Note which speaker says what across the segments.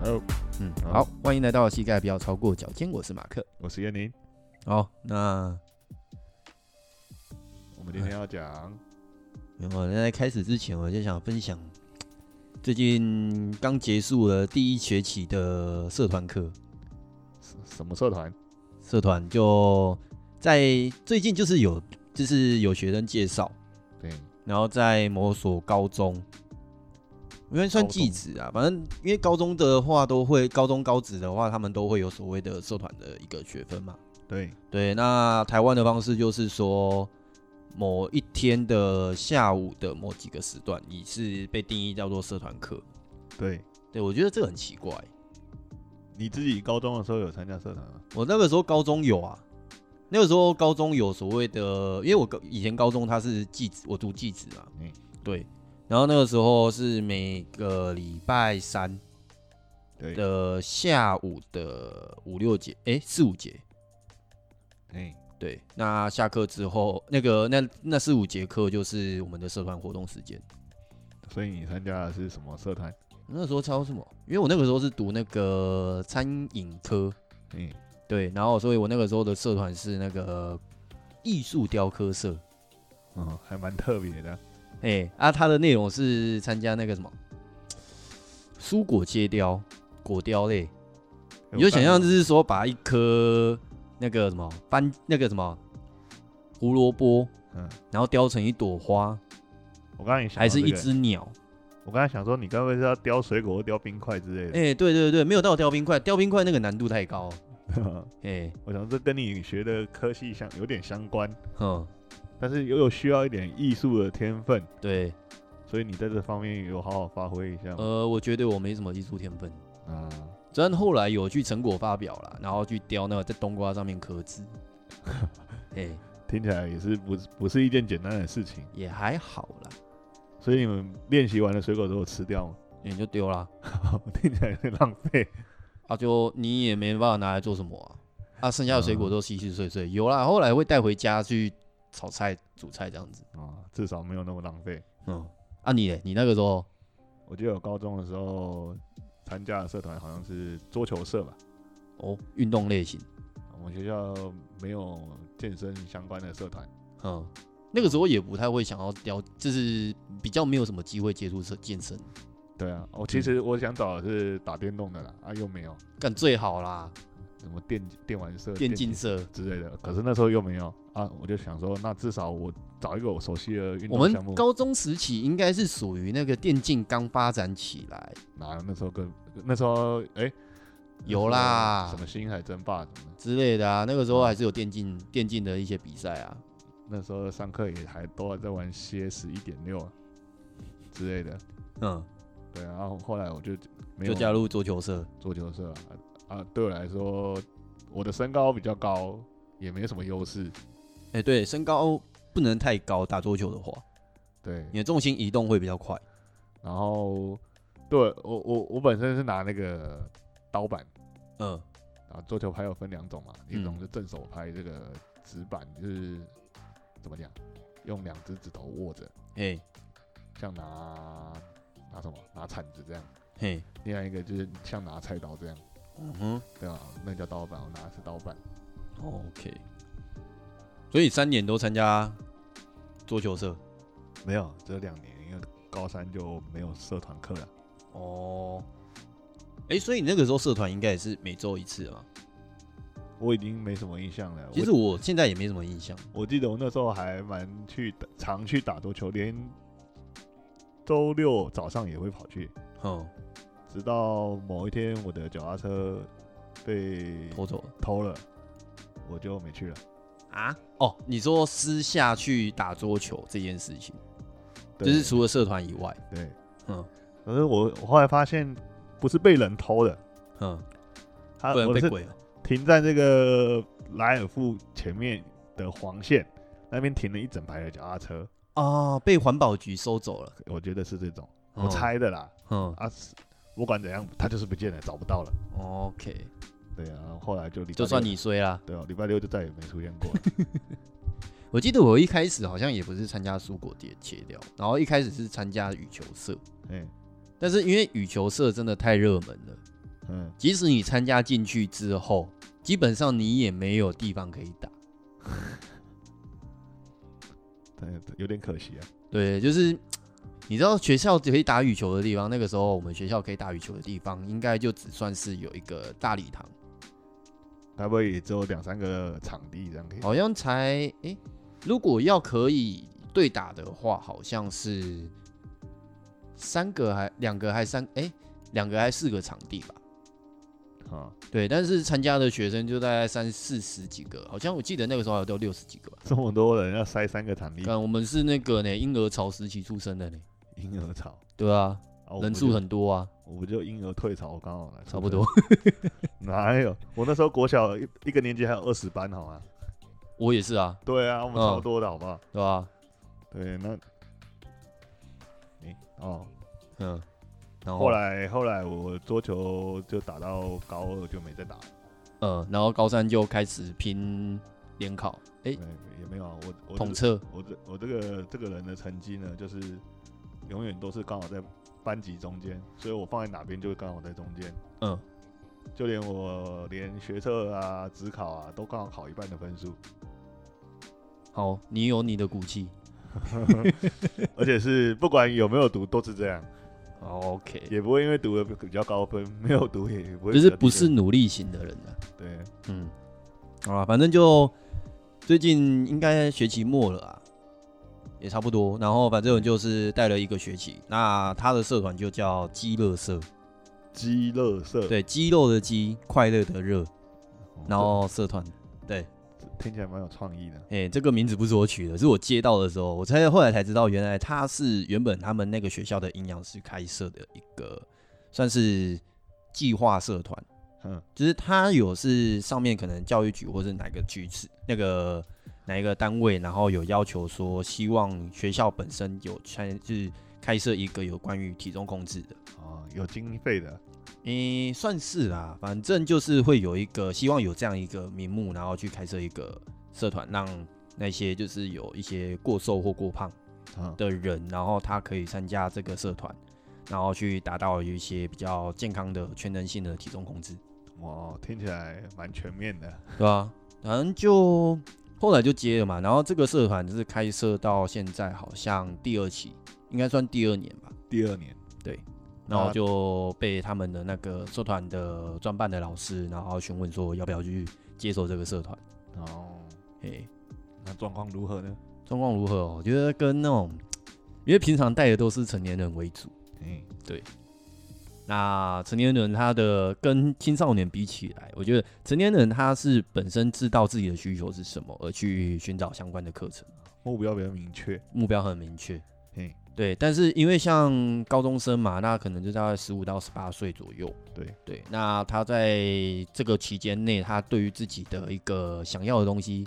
Speaker 1: Hello，
Speaker 2: 嗯，好，欢迎来到膝盖不要超过脚尖，我是马克。
Speaker 1: 我是燕宁。
Speaker 2: 好，那
Speaker 1: 我们今天要讲，
Speaker 2: 我在开始之前，我就想分享最近刚结束了第一学期的社团课，
Speaker 1: 什什么社团？
Speaker 2: 社团就在最近就是有就是有学生介绍，
Speaker 1: 对，
Speaker 2: 然后在某所高中，因为算
Speaker 1: 高中
Speaker 2: 技职啊，反正因为高中的话都会，高中高职的话，他们都会有所谓的社团的一个学分嘛。
Speaker 1: 对，
Speaker 2: 对，那台湾的方式就是说，某一天的下午的某几个时段，你是被定义叫做社团课。
Speaker 1: 对，
Speaker 2: 对我觉得这个很奇怪，
Speaker 1: 你自己高中的时候有参加社团吗？
Speaker 2: 我那个时候高中有啊，那个时候高中有所谓的，因为我高以前高中他是技职，我读技职嘛，
Speaker 1: 嗯，
Speaker 2: 对，然后那个时候是每个礼拜三
Speaker 1: 对，
Speaker 2: 的下午的五六节，诶，四五节，
Speaker 1: 哎，
Speaker 2: 对，那下课之后，那个那那四五节课就是我们的社团活动时间。
Speaker 1: 所以你参加的是什么社团？
Speaker 2: 那时候教什么？因为我那个时候是读那个餐饮科，
Speaker 1: 嗯，
Speaker 2: 对，然后所以我那个时候的社团是那个艺术雕刻社，
Speaker 1: 嗯，还蛮特别的。
Speaker 2: 哎、啊，它的内容是参加那个什么蔬果切雕、果雕类，你就想象就是说把一颗那个什么番那个什么胡萝卜，
Speaker 1: 嗯，
Speaker 2: 然后雕成一朵花，
Speaker 1: 我刚才也想到
Speaker 2: 还是
Speaker 1: 这
Speaker 2: 一
Speaker 1: 个，
Speaker 2: 只鸟。
Speaker 1: 我刚才想说，你该不会是要雕水果、或雕冰块之类的？
Speaker 2: 哎、对对对，没有到雕冰块，雕冰块那个难度太高。哎、
Speaker 1: 我想这跟你学的科系相有点相关，
Speaker 2: 哼，
Speaker 1: 但是又有需要一点艺术的天分，
Speaker 2: 对，
Speaker 1: 所以你在这方面有好好发挥一下吗？
Speaker 2: 呃，我觉得我没什么艺术天分。
Speaker 1: 啊，
Speaker 2: 虽然后来有去成果发表啦，然后去雕那个在冬瓜上面刻字， 哎、
Speaker 1: 听起来也是不是不是一件简单的事情。
Speaker 2: 也还好啦，
Speaker 1: 所以你们练习完的水果都有吃掉吗？
Speaker 2: 你就丢啦，
Speaker 1: 听起来有点浪费。
Speaker 2: 啊，就你也没办法拿来做什么啊，啊，剩下的水果都稀稀碎碎，有啦，后来会带回家去炒菜、煮菜这样子，
Speaker 1: 啊，至少没有那么浪费。
Speaker 2: 嗯，啊你嘞，你那个时候，
Speaker 1: 我记得我高中的时候参加的社团好像是桌球社吧，
Speaker 2: 哦，运动类型，
Speaker 1: 我们学校没有健身相关的社团。
Speaker 2: 嗯，那个时候也不太会想要雕，就是比较没有什么机会接触这健身，
Speaker 1: 对啊，
Speaker 2: 嗯
Speaker 1: 我、其实我想找的是打电动的啦，啊又没有
Speaker 2: 干最好啦，
Speaker 1: 什么电电玩社、
Speaker 2: 电竞社，
Speaker 1: 之类的，可是那时候又没有啊，我就想说，那至少我找一个我熟悉的运
Speaker 2: 我
Speaker 1: 动项
Speaker 2: 们
Speaker 1: 目。
Speaker 2: 高中时期应该是属于那个电竞刚发展起来，
Speaker 1: 哪有那时候跟那时候哎、
Speaker 2: 有啦
Speaker 1: 什么星海争霸什么的，
Speaker 2: 之类的啊，那个时候
Speaker 1: 嗯
Speaker 2: 还是有电竞电竞的一些比赛啊。
Speaker 1: 那时候上课也还都还在玩 CS 一点六之类的。
Speaker 2: 嗯，
Speaker 1: 对，然后后来我就没
Speaker 2: 就
Speaker 1: 有
Speaker 2: 加入桌球社。
Speaker 1: 桌球社了啊啊。对我来说，我的身高比较高，也没什么优势。
Speaker 2: 哎、对，身高不能太高，打桌球的话，
Speaker 1: 对，
Speaker 2: 你的重心移动会比较快。
Speaker 1: 然后对我我我本身是拿那个刀板
Speaker 2: 嗯，
Speaker 1: 啊，桌球拍有分两种嘛，一种
Speaker 2: 嗯
Speaker 1: 是正手拍，这个直板就是怎么讲，用两只指头握着，
Speaker 2: 哎、
Speaker 1: 像拿拿什么拿铲子这样；
Speaker 2: 嘿，
Speaker 1: 另外一个就是像拿菜刀这样，
Speaker 2: 嗯哼
Speaker 1: 对吧、那叫刀板，我拿的是刀板。
Speaker 2: ，OK。所以三年都参加桌球社。
Speaker 1: 没有，只有两年，因为高三就没有社团课了。
Speaker 2: 哦，哎、所以你那个时候社团应该也是每周一次嘛？
Speaker 1: 我已经没什么印象了。
Speaker 2: 其实我现在也没什么印象。
Speaker 1: 我我记得我那时候还蛮去打常去打桌球，连周六早上也会跑去。
Speaker 2: 嗯，
Speaker 1: 直到某一天我的脚踏车被
Speaker 2: 偷走了。
Speaker 1: 偷了，我就没去了。
Speaker 2: 啊？哦，你说私下去打桌球这件事情，就
Speaker 1: 对
Speaker 2: 是除了社团以外，
Speaker 1: 对，
Speaker 2: 嗯
Speaker 1: 可是我我后来发现不是被人偷的，
Speaker 2: 嗯，
Speaker 1: 他
Speaker 2: 不然
Speaker 1: 我
Speaker 2: 被
Speaker 1: 是
Speaker 2: 鬼了。
Speaker 1: 停在这个莱尔富前面的黄线那边停了一整排的脚踏车，
Speaker 2: 哦，被环保局收走了。
Speaker 1: 我觉得是这种，
Speaker 2: 嗯
Speaker 1: 我猜的啦。
Speaker 2: 嗯
Speaker 1: 啊，是不管怎样，他就是不见了，找不到了。
Speaker 2: ，OK，
Speaker 1: 对啊，后来就礼拜
Speaker 2: 就算
Speaker 1: 六
Speaker 2: 你衰啦。
Speaker 1: 对啊，礼拜六就再也没出现 过了。
Speaker 2: 我记得我一开始好像也不是参加蔬果碟切掉，然后一开始是参加羽球社，
Speaker 1: 哎，
Speaker 2: 但是因为羽球社真的太热门了，
Speaker 1: 嗯，
Speaker 2: 即使你参加进去之后，基本上你也没有地方可以打。
Speaker 1: 但有点可惜啊。
Speaker 2: 对，就是你知道学校可以打羽球的地方，那个时候我们学校可以打羽球的地方，应该就只算是有一个大礼堂，
Speaker 1: 该不会也只有两三个场地这样可以？
Speaker 2: 好像才诶、如果要可以对打的话，好像是三个还两个还三诶、两个还四个场地吧。
Speaker 1: 啊，
Speaker 2: 对，但是参加的学生就大概三四十几个，好像我记得那个时候还有到六十几个吧。
Speaker 1: 这么多人要塞三个场地，
Speaker 2: 看我们是那个呢婴儿潮时期出生的呢，
Speaker 1: 婴儿潮，
Speaker 2: 对啊，
Speaker 1: 啊我
Speaker 2: 人
Speaker 1: 不
Speaker 2: 数
Speaker 1: 就
Speaker 2: 很多啊，
Speaker 1: 我不就婴儿退潮，我刚好来，
Speaker 2: 差不多。。
Speaker 1: 哪有？我那时候国小一一个年级还有二十班，好吗？
Speaker 2: 我也是啊，
Speaker 1: 对啊，我们
Speaker 2: 嗯
Speaker 1: 超多的好不好？
Speaker 2: 对吧？
Speaker 1: 对，那，哎、哦，
Speaker 2: 嗯，然后
Speaker 1: 后来后来我桌球就打到高二就没再打了，
Speaker 2: 嗯，然后高三就开始拼联考，哎、
Speaker 1: 对，也没有啊。我我这
Speaker 2: 统
Speaker 1: 个
Speaker 2: 测，
Speaker 1: 我这我这个这个人的成绩呢，就是永远都是刚好在班级中间，所以我放在哪边就会刚好在中间。
Speaker 2: 嗯，
Speaker 1: 就连我连学测啊、职考啊，都刚好考一半的分数，
Speaker 2: 好，你有你的骨气
Speaker 1: 而且是不管有没有读都是这样，
Speaker 2: 好，OK，哦
Speaker 1: 也不会因为读的比较高分，没有读也不会
Speaker 2: 就
Speaker 1: 比较
Speaker 2: 是
Speaker 1: 低
Speaker 2: 不是
Speaker 1: 分
Speaker 2: 努力型的人啊，
Speaker 1: 对，
Speaker 2: 嗯，好了，反正就最近应该学期末了啊，也差不多，然后反正我就是带了一个学期，那他的社团就叫鸡乐社，
Speaker 1: 鸡乐色，
Speaker 2: 对，鸡肉的鸡，快乐的热，
Speaker 1: 哦，
Speaker 2: 然后社团。
Speaker 1: 这这听起来蛮有创意的。
Speaker 2: 哎、这个名字不是我取的，是我接到的时候，我才后来才知道，原来他是原本他们那个学校的营养师开设的一个算是计划社团，
Speaker 1: 嗯，
Speaker 2: 就是他有是上面可能教育局或是哪个局次那个哪一个单位，然后有要求说希望学校本身有开就是开设一个有关于体重控制的，
Speaker 1: 哦，有经费的，
Speaker 2: 诶、算是啦、反正就是会有一个希望有这样一个名目，然后去开设一个社团，让那些就是有一些过瘦或过胖
Speaker 1: 嗯，
Speaker 2: 的人，然后他可以参加这个社团，然后去达到一些比较健康的全能性的体重控制，
Speaker 1: 哇，听起来蛮全面的。
Speaker 2: 对吧、反正就后来就接了嘛，然后这个社团就是开设到现在好像第二期，应该算第二年吧，
Speaker 1: 第二年，
Speaker 2: 然
Speaker 1: 啊
Speaker 2: 后就被他们的那个社团的专办的老师，然后询问说要不要去接手这个社团。
Speaker 1: 哦，
Speaker 2: 诶，
Speaker 1: 那状况如何呢？
Speaker 2: 状况如何哦？我觉得跟那种，因为平常带的都是成年人为主，
Speaker 1: 嗯，
Speaker 2: 那成年人他的跟青少年比起来，我觉得成年人他是本身知道自己的需求是什么，而去寻找相关的课程，
Speaker 1: 目标比较明确。
Speaker 2: 目标很明确。
Speaker 1: 嗯，
Speaker 2: 对，但是因为像高中生嘛，那可能就大概十五到十八岁左右。
Speaker 1: 对
Speaker 2: 对，那他在这个期间内，他对于自己的一个想要的东西，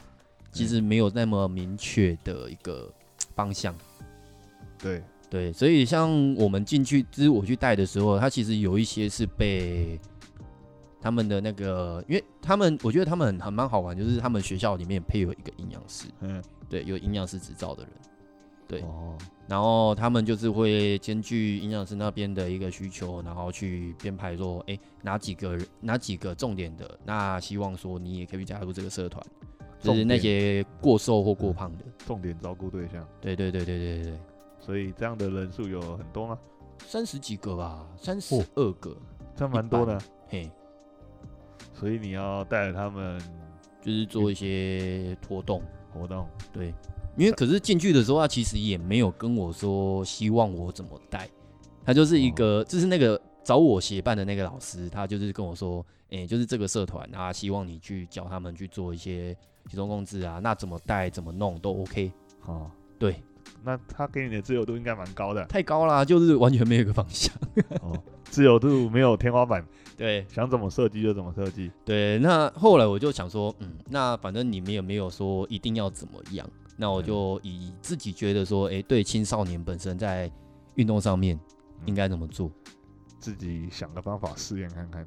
Speaker 2: 其实没有那么明确的一个方向。
Speaker 1: 对，
Speaker 2: 对，所以像我们进去，就是我去带的时候，他其实有一些是被他们的那个，因为他们我觉得他们很蛮好玩，就是他们学校里面配有一个营养师，
Speaker 1: 嗯，
Speaker 2: 对，有营养师执照的人。对
Speaker 1: 哦，
Speaker 2: 然后他们就是会根据营养师那边的一个需求，然后去编排说，哎，哪几个哪几个重点的，那希望说你也可以加入这个社团，就
Speaker 1: 重
Speaker 2: 是
Speaker 1: 点
Speaker 2: 那些过瘦或过胖的，
Speaker 1: 重点照顾对象，
Speaker 2: 对对对对对对对，
Speaker 1: 所以这样的人数有很多吗？
Speaker 2: 三十几个吧，三十二个，
Speaker 1: 这样蛮多的，
Speaker 2: 嘿，
Speaker 1: 所以你要带着他们
Speaker 2: 就是做一些拖动，
Speaker 1: 活动。
Speaker 2: 对，因为可是进去的时候，他其实也没有跟我说希望我怎么带，他就是一个，就是那个找我协办的那个老师，他就是跟我说，诶、就是这个社团啊，希望你去教他们去做一些集中控制啊，那怎么带怎么弄都 OK。嗯
Speaker 1: 哦，
Speaker 2: 对，
Speaker 1: 那他给你的自由度应该蛮高的
Speaker 2: 太高啦，就是完全没有一个方向。
Speaker 1: 哦，自由度没有天花板，
Speaker 2: 对
Speaker 1: 想怎么设计就怎么设计。
Speaker 2: 对，那后来我就想说，嗯，那反正你们也没有说一定要怎么样，那我就以自己觉得说，诶、对青少年本身在运动上面应该怎么做。
Speaker 1: 自己想个方法试验看看。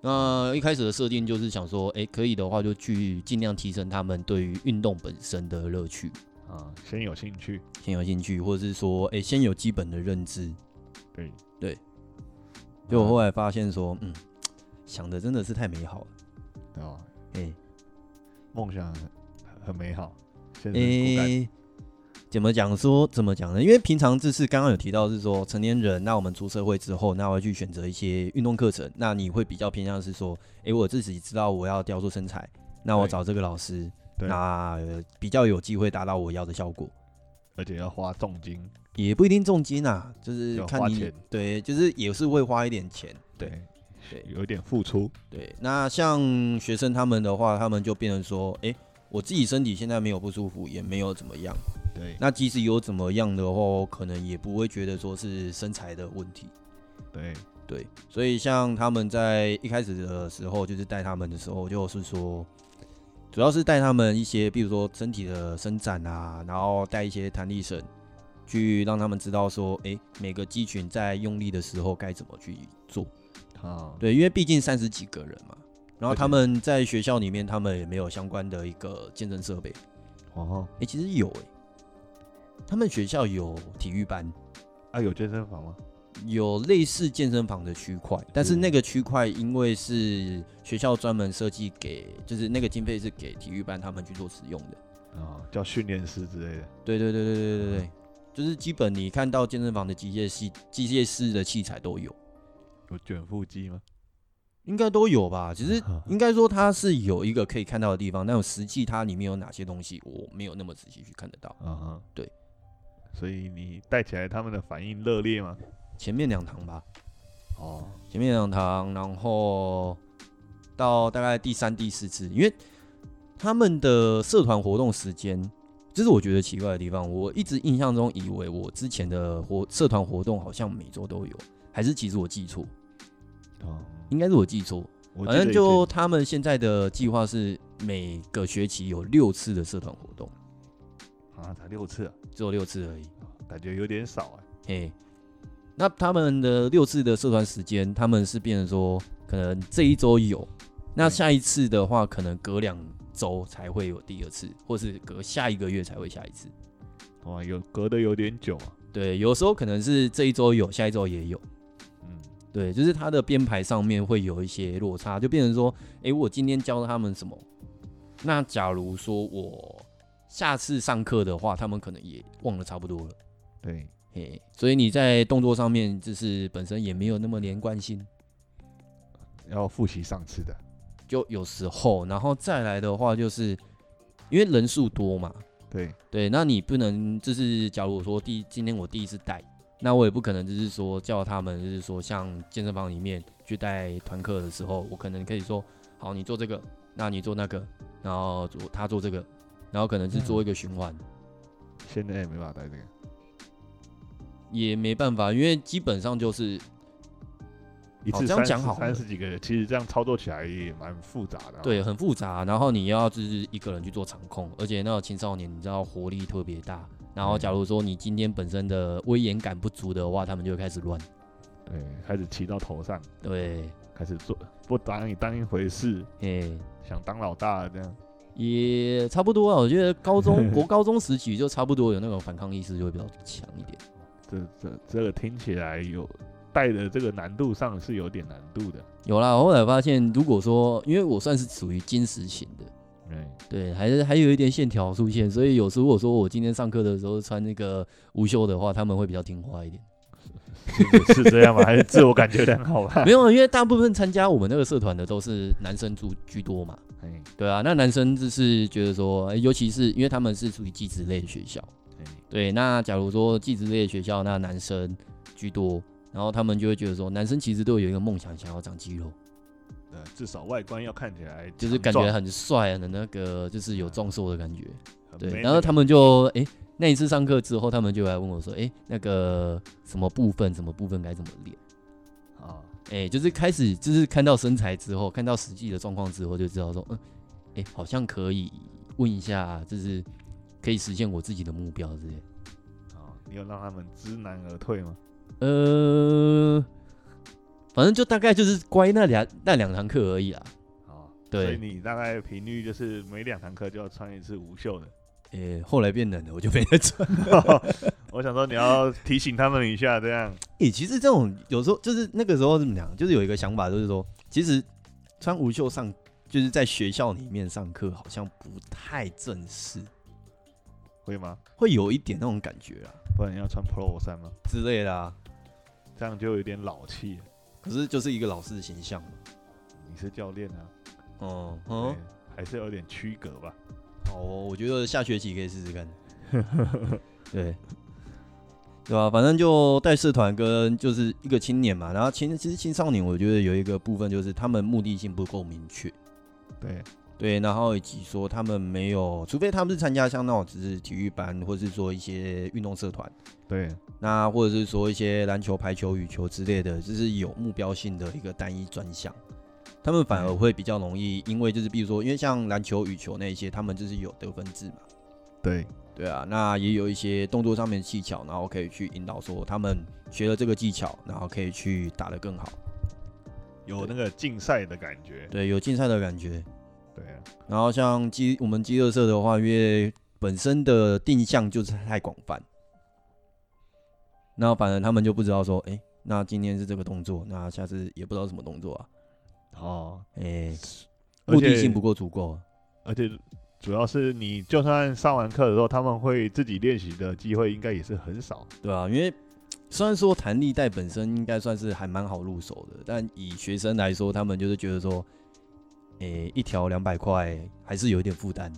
Speaker 2: 那一开始的设定就是想说，诶，可以的话就去尽量提升他们对于运动本身的乐趣，
Speaker 1: 啊、先有兴趣，
Speaker 2: 先有兴趣，或者是说，诶，先有基本的认知。
Speaker 1: 对
Speaker 2: 对，就
Speaker 1: 哦
Speaker 2: 我后来发现说，嗯，想的真的是太美好了。
Speaker 1: 对吧？
Speaker 2: 哎、
Speaker 1: 梦想很很美好，现实很骨感。
Speaker 2: 诶、怎么讲说怎么讲呢？因为平常就是刚刚有提到是说成年人，那我们出社会之后，那我会去选择一些运动课程，那你会比较偏向是说，诶、我自己知道我要雕塑身材，那我
Speaker 1: 对
Speaker 2: 找这个老师，
Speaker 1: 对
Speaker 2: 那、呃比较有机会达到我要的效果。
Speaker 1: 而且要花重金。
Speaker 2: 也不一定重金啊，就是
Speaker 1: 要花
Speaker 2: 看你
Speaker 1: 钱
Speaker 2: 对，就是也是会花一点钱。对对
Speaker 1: 有一点付出，
Speaker 2: 对，那像学生他们的话，他们就变成说，诶、我自己身体现在没有不舒服，也没有怎么样。
Speaker 1: 对
Speaker 2: 那即使有怎么样的话，我可能也不会觉得说是身材的问题。
Speaker 1: 对，
Speaker 2: 对，所以像他们在一开始的时候，就是带他们的时候，就是说，主要是带他们一些，比如说身体的伸展啊，然后带一些弹力绳，去让他们知道说，诶，每个肌群在用力的时候该怎么去做。
Speaker 1: 啊，
Speaker 2: 对，因为毕竟三十几个人嘛，然后
Speaker 1: 而且
Speaker 2: 他们在学校里面，他们也没有相关的一个健身设备。
Speaker 1: 哦，
Speaker 2: 诶，其实有诶，他们学校有体育班，
Speaker 1: 啊，有健身房吗？
Speaker 2: 有类似健身房的区块，但是那个区块因为是学校专门设计给，就是那个经费是给体育班他们去做使用的。
Speaker 1: 啊，叫训练师之类的。
Speaker 2: 对对对对对对对，就是基本你看到健身房的机械系、机械式的器材都有，
Speaker 1: 有卷腹肌吗？啊
Speaker 2: 应该都有吧？只是应该说它是有一个可以看到的地方，但实际它里面有哪些东西，我没有那么仔细去看得到。
Speaker 1: 啊哈，
Speaker 2: 对。
Speaker 1: 所以你带起来他们的反应热烈吗？
Speaker 2: 前面两堂吧，
Speaker 1: 哦，
Speaker 2: 前面两堂，然后到大概第三、第四次，因为他们的社团活动时间，这是我觉得奇怪的地方。我一直印象中以为我之前的活社团活动好像每周都有，还是其实我记错，
Speaker 1: 哦，
Speaker 2: 应该是我记错。
Speaker 1: 我记
Speaker 2: 反
Speaker 1: 得
Speaker 2: 正
Speaker 1: 以
Speaker 2: 就
Speaker 1: 前
Speaker 2: 他们现在的计划是每个学期有六次的社团活动，
Speaker 1: 啊，才六次啊，
Speaker 2: 只有六次而已。
Speaker 1: 感觉有点少哎。
Speaker 2: 嘿，那他们的六次的社团时间，他们是变成说，可能这一周有，那
Speaker 1: 对
Speaker 2: 下一次的话，可能隔两周才会有第二次，或是隔下一个月才会下一次。
Speaker 1: 哇，有隔得有点久啊。
Speaker 2: 对，有时候可能是这一周有，下一周也有。
Speaker 1: 嗯，
Speaker 2: 对，就是它的编排上面会有一些落差，就变成说，诶，我今天教了他们什么？那假如说我下次上课的话，他们可能也忘了差不多了。
Speaker 1: 对，
Speaker 2: 嘿，所以你在动作上面就是本身也没有那么连贯性。
Speaker 1: 要复习上次的。
Speaker 2: 就有时候，然后再来的话，就是因为人数多嘛，
Speaker 1: 对，
Speaker 2: 对，那你不能就是假如我说第今天我第一次带，那我也不可能就是说叫他们就是说像健身房里面去带团课的时候，我可能可以说好你做这个，那你做那个，然后做他做这个，然后可能是做一个循环，
Speaker 1: 现在也没办法带这个。
Speaker 2: 也没办法，因为基本上就是
Speaker 1: 一
Speaker 2: 好
Speaker 1: 次
Speaker 2: 这
Speaker 1: 三
Speaker 2: 样
Speaker 1: 十
Speaker 2: 讲好
Speaker 1: 三
Speaker 2: 了
Speaker 1: 十几个人，其实这样操作起来也蛮复杂的、啊。
Speaker 2: 对，很复杂，然后你要就是一个人去做场控，而且那个青少年你知道活力特别大，然后假如说你今天本身的威严感不足的话，他们就会开始乱。
Speaker 1: 对，哎开始骑到头上，
Speaker 2: 对，
Speaker 1: 开始做不当你当一回事，
Speaker 2: 诶，
Speaker 1: 想当老大了这样。
Speaker 2: 也差不多啊。我觉得高中国高中时期就差不多有那种反抗意识就会比较强一点。
Speaker 1: 这这这个听起来有带的这个难度上是有点难度的。
Speaker 2: 有啦，我后来发现，如果说因为我算是属于金石型的，
Speaker 1: 对，
Speaker 2: 对，还是还有一点线条出现，所以有时候我说我今天上课的时候穿那个无袖的话，他们会比较听话一点。
Speaker 1: 是是这样吗？还是自我感觉良好吧？
Speaker 2: 没有，啊因为大部分参加我们那个社团的都是男生居居多嘛。
Speaker 1: 哎
Speaker 2: 对啊，那男生就是觉得说，诶尤其是因为他们是属于技职类的学校，
Speaker 1: 哎，
Speaker 2: 对，那假如说技职类的学校，那男生居多，然后他们就会觉得说，男生其实都有一个梦想，想要长肌肉，
Speaker 1: 呃，至少外观要看起来
Speaker 2: 就是感
Speaker 1: 强
Speaker 2: 觉
Speaker 1: 壮
Speaker 2: 很帅，很那个就是有壮硕的感觉。
Speaker 1: 很
Speaker 2: 对，
Speaker 1: man
Speaker 2: 然
Speaker 1: 的
Speaker 2: 后他们就诶，那一次上课之后，他们就来问我说，诶，那个什么部分，什么部分该怎么练？
Speaker 1: 啊，
Speaker 2: 哎、就是开始就是看到身材之后，看到实际的状况之后，就知道说，嗯，哎、好像可以问一下，就是可以实现我自己的目标之类。
Speaker 1: 啊，你有让他们知难而退吗？
Speaker 2: 呃，反正就大概就是乖那两那两堂课而已啦。
Speaker 1: 啊，
Speaker 2: 对
Speaker 1: 所以你大概频率就是每两堂课就要穿一次无袖的，
Speaker 2: 诶、哎后来变冷了，我就没再穿。
Speaker 1: 我想说你要提醒他们一下，这样
Speaker 2: 诶、哎其实这种有时候就是那个时候怎么讲，就是有一个想法，就是说，其实穿无袖上就是在学校里面上课，好像不太正式，
Speaker 1: 会吗？
Speaker 2: 会有一点那种感觉啊
Speaker 1: 不然你要穿 Pro 衫吗？
Speaker 2: 之类的啊。
Speaker 1: 这样就有点老气了。
Speaker 2: 可是就是一个老师的形象嘛。
Speaker 1: 你是教练啊，
Speaker 2: 嗯
Speaker 1: 对
Speaker 2: 哼，
Speaker 1: 还是有点区隔吧？
Speaker 2: 好哦，我觉得下学期可以试试看。对，对吧、反正就带社团跟就是一个青年嘛，然后青其实青少年，我觉得有一个部分就是他们目的性不够明确。
Speaker 1: 对，
Speaker 2: 对，然后以及说他们没有，除非他们是参加像那种只是体育班，或是说一些运动社团，
Speaker 1: 对，
Speaker 2: 那或者是说一些篮球、排球、羽球之类的，就是有目标性的一个单一专项，他们反而会比较容易，因为就是比如说，因为像篮球、羽球那一些，他们就是有得分制嘛，
Speaker 1: 对，
Speaker 2: 对啊，那也有一些动作上面的技巧，然后可以去引导说他们学了这个技巧，然后可以去打得更好，
Speaker 1: 有那个竞赛的感觉。
Speaker 2: 对，有竞赛的感觉，
Speaker 1: 对啊，
Speaker 2: 然后像基我们基乐社的话，因为本身的定向就是太广泛，那反而他们就不知道说，哎、那今天是这个动作，那下次也不知道什么动作啊，
Speaker 1: 哦，
Speaker 2: 哎、
Speaker 1: 而
Speaker 2: 目的
Speaker 1: 且
Speaker 2: 性不够足够啊，
Speaker 1: 而且主要是你就算上完课的时候，他们会自己练习的机会应该也是很少。
Speaker 2: 对啊，因为虽然说弹力带本身应该算是还蛮好入手的，但以学生来说，他们就是觉得说，哎、一条两百块还是有一点负担。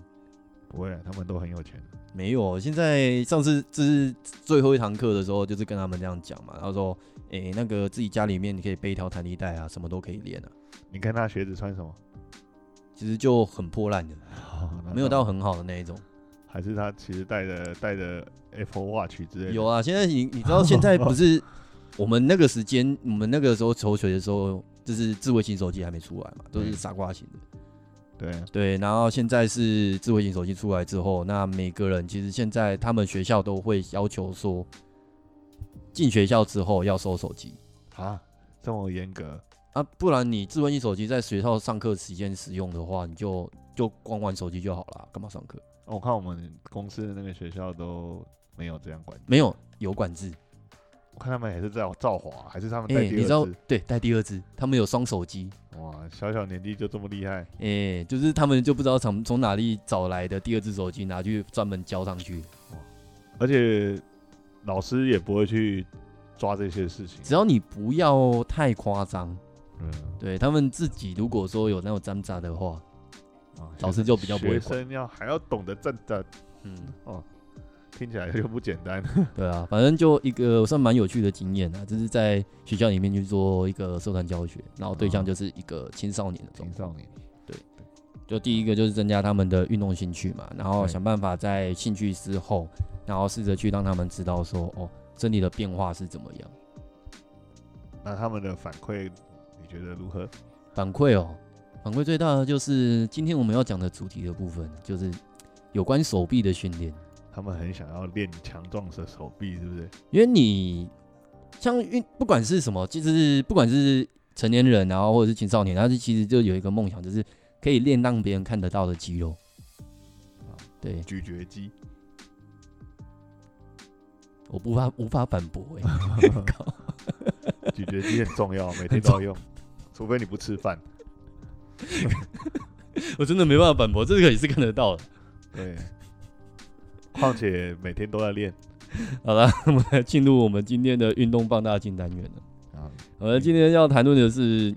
Speaker 1: 不会、啊，他们都很有钱。
Speaker 2: 没有，现在上次这是最后一堂课的时候，就是跟他们这样讲嘛，然后说，诶、那个自己家里面你可以备一条弹力带啊，什么都可以练啊。
Speaker 1: 你看他鞋子穿什么？
Speaker 2: 其实就很破烂的，
Speaker 1: 哦那
Speaker 2: 没有到很好的那一种。
Speaker 1: 还是他其实戴着戴着 Apple Watch 之类的。
Speaker 2: 有啊，现在你你知道现在不是我们那个时间，我们那个时候求学的时候，就是智慧型手机还没出来嘛，都是
Speaker 1: 嗯
Speaker 2: 傻瓜型的。
Speaker 1: 对啊，
Speaker 2: 对，然后现在是智慧型手机出来之后，那每个人其实现在他们学校都会要求说，进学校之后要收手机。
Speaker 1: 啊，这么严格，
Speaker 2: 啊，不然你智慧型手机在学校上课时间使用的话，你就就光玩手机就好了，干嘛上课？
Speaker 1: 哦我看我们公司的那个学校都没有这样管，
Speaker 2: 没有有管制，
Speaker 1: 我看他们也是在造华，还是他们
Speaker 2: 哎、
Speaker 1: 哦带第
Speaker 2: 你知
Speaker 1: 二
Speaker 2: 道
Speaker 1: 次？
Speaker 2: 对，带第二只，他们有双手机，
Speaker 1: 哇，小小年纪就这么厉害，
Speaker 2: 哎、就是他们就不知道从从哪里找来的第二只手机，拿去专门交上去。
Speaker 1: 而且老师也不会去抓这些事情。
Speaker 2: 只要你不要太夸张，
Speaker 1: 嗯，
Speaker 2: 对他们自己如果说有那种挣扎的话，
Speaker 1: 啊
Speaker 2: 老师就比较不会
Speaker 1: 学
Speaker 2: 管。
Speaker 1: 生要还要懂得站的，
Speaker 2: 嗯，
Speaker 1: 听起来就不简单。
Speaker 2: 对啊，反正就一个算蛮有趣的经验啊，就是在学校里面去做一个社团教学，然后对象
Speaker 1: 哦
Speaker 2: 就是一个青少年的状
Speaker 1: 青少年，
Speaker 2: 就第一个就是增加他们的运动兴趣嘛，然后
Speaker 1: 对
Speaker 2: 想办法在兴趣之后，然后试着去让他们知道说，哦，身体的变化是怎么样。
Speaker 1: 那他们的反馈你觉得如何？
Speaker 2: 反馈哦，反馈最大的就是今天我们要讲的主题的部分，就是有关手臂的训练，
Speaker 1: 他们很想要练强壮的手臂，是不是？
Speaker 2: 因为你像运不管是什么，其实不管是成年人，然后或者是青少年，他是其实就有一个梦想，就是可以练让别人看得到的肌肉
Speaker 1: 啊。
Speaker 2: 对，
Speaker 1: 咀嚼肌，
Speaker 2: 我无法无法反驳哎、靠
Speaker 1: 咀嚼肌很重要，每天都要 用，除非你不吃饭。
Speaker 2: 我真的没办法反驳，这个也是看得到的。
Speaker 1: 对，况且每天都在练
Speaker 2: 好了，我们来进入我们今天的运动放大镜单元了。
Speaker 1: 啊。
Speaker 2: 我们今天要谈论的是，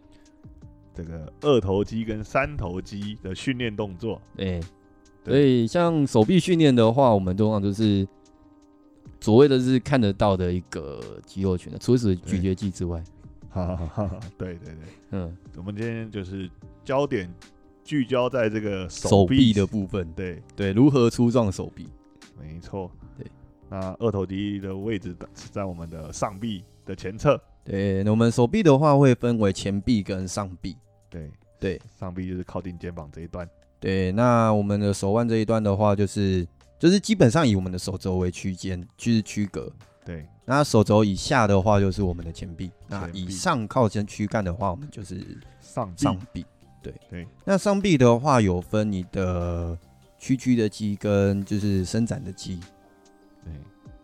Speaker 1: 这个二头肌跟三头肌的训练动作，
Speaker 2: 哎、
Speaker 1: 对
Speaker 2: 所以像手臂训练的话，我们通常就是所谓的是看得到的一个肌肉群的，除此咀嚼肌之外，
Speaker 1: 哈哈哈哈。对对对，
Speaker 2: 嗯，
Speaker 1: 我们今天就是焦点聚焦在这个
Speaker 2: 手臂
Speaker 1: 臂
Speaker 2: 的，部分，
Speaker 1: 对，
Speaker 2: 对，如何粗壮手臂，
Speaker 1: 没错。
Speaker 2: 对，
Speaker 1: 那二头肌的位置是在我们的上臂的前侧，
Speaker 2: 对，那我们手臂的话会分为前臂跟上臂，
Speaker 1: 对
Speaker 2: 对，
Speaker 1: 上臂就是靠近肩膀这一段，
Speaker 2: 对，那我们的手腕这一段的话，就是就是基本上以我们的手肘为区间，就是区隔，
Speaker 1: 对，
Speaker 2: 那手肘以下的话就是我们的前臂，那
Speaker 1: 前臂
Speaker 2: 以上靠近躯干的话，我们就是
Speaker 1: 上臂
Speaker 2: 上臂。对
Speaker 1: 对，
Speaker 2: 那上臂的话有分你的区区的鸡跟就是伸展的鸡，
Speaker 1: 对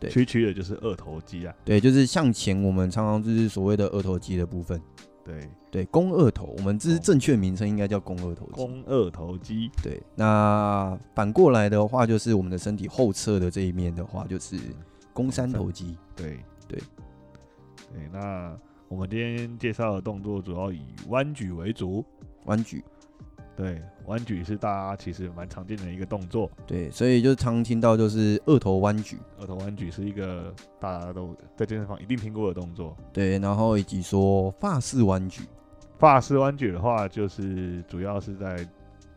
Speaker 2: 对
Speaker 1: 区区的就是二头肌啊，
Speaker 2: 对，就是向前我们常常就是所谓的二头肌的部分，
Speaker 1: 对，
Speaker 2: 对，肱二头，我们这是
Speaker 1: 哦
Speaker 2: 正确名称应该叫肱二头肌。
Speaker 1: 肱二头肌，
Speaker 2: 对，那反过来的话，就是我们的身体后侧的这一面的话，就是
Speaker 1: 嗯
Speaker 2: 肱三头肌。
Speaker 1: 对
Speaker 2: 对
Speaker 1: 对。那我们今天介绍的动作主要以弯举为主，
Speaker 2: 弯举，
Speaker 1: 对，弯举是大家其实蛮常见的一个动作，
Speaker 2: 对，所以就常听到就是二头弯举，
Speaker 1: 二头弯举是一个大家都在健身房一定听过的动作。
Speaker 2: 对，然后以及说发式弯举，
Speaker 1: 发式弯举的话，就是主要是在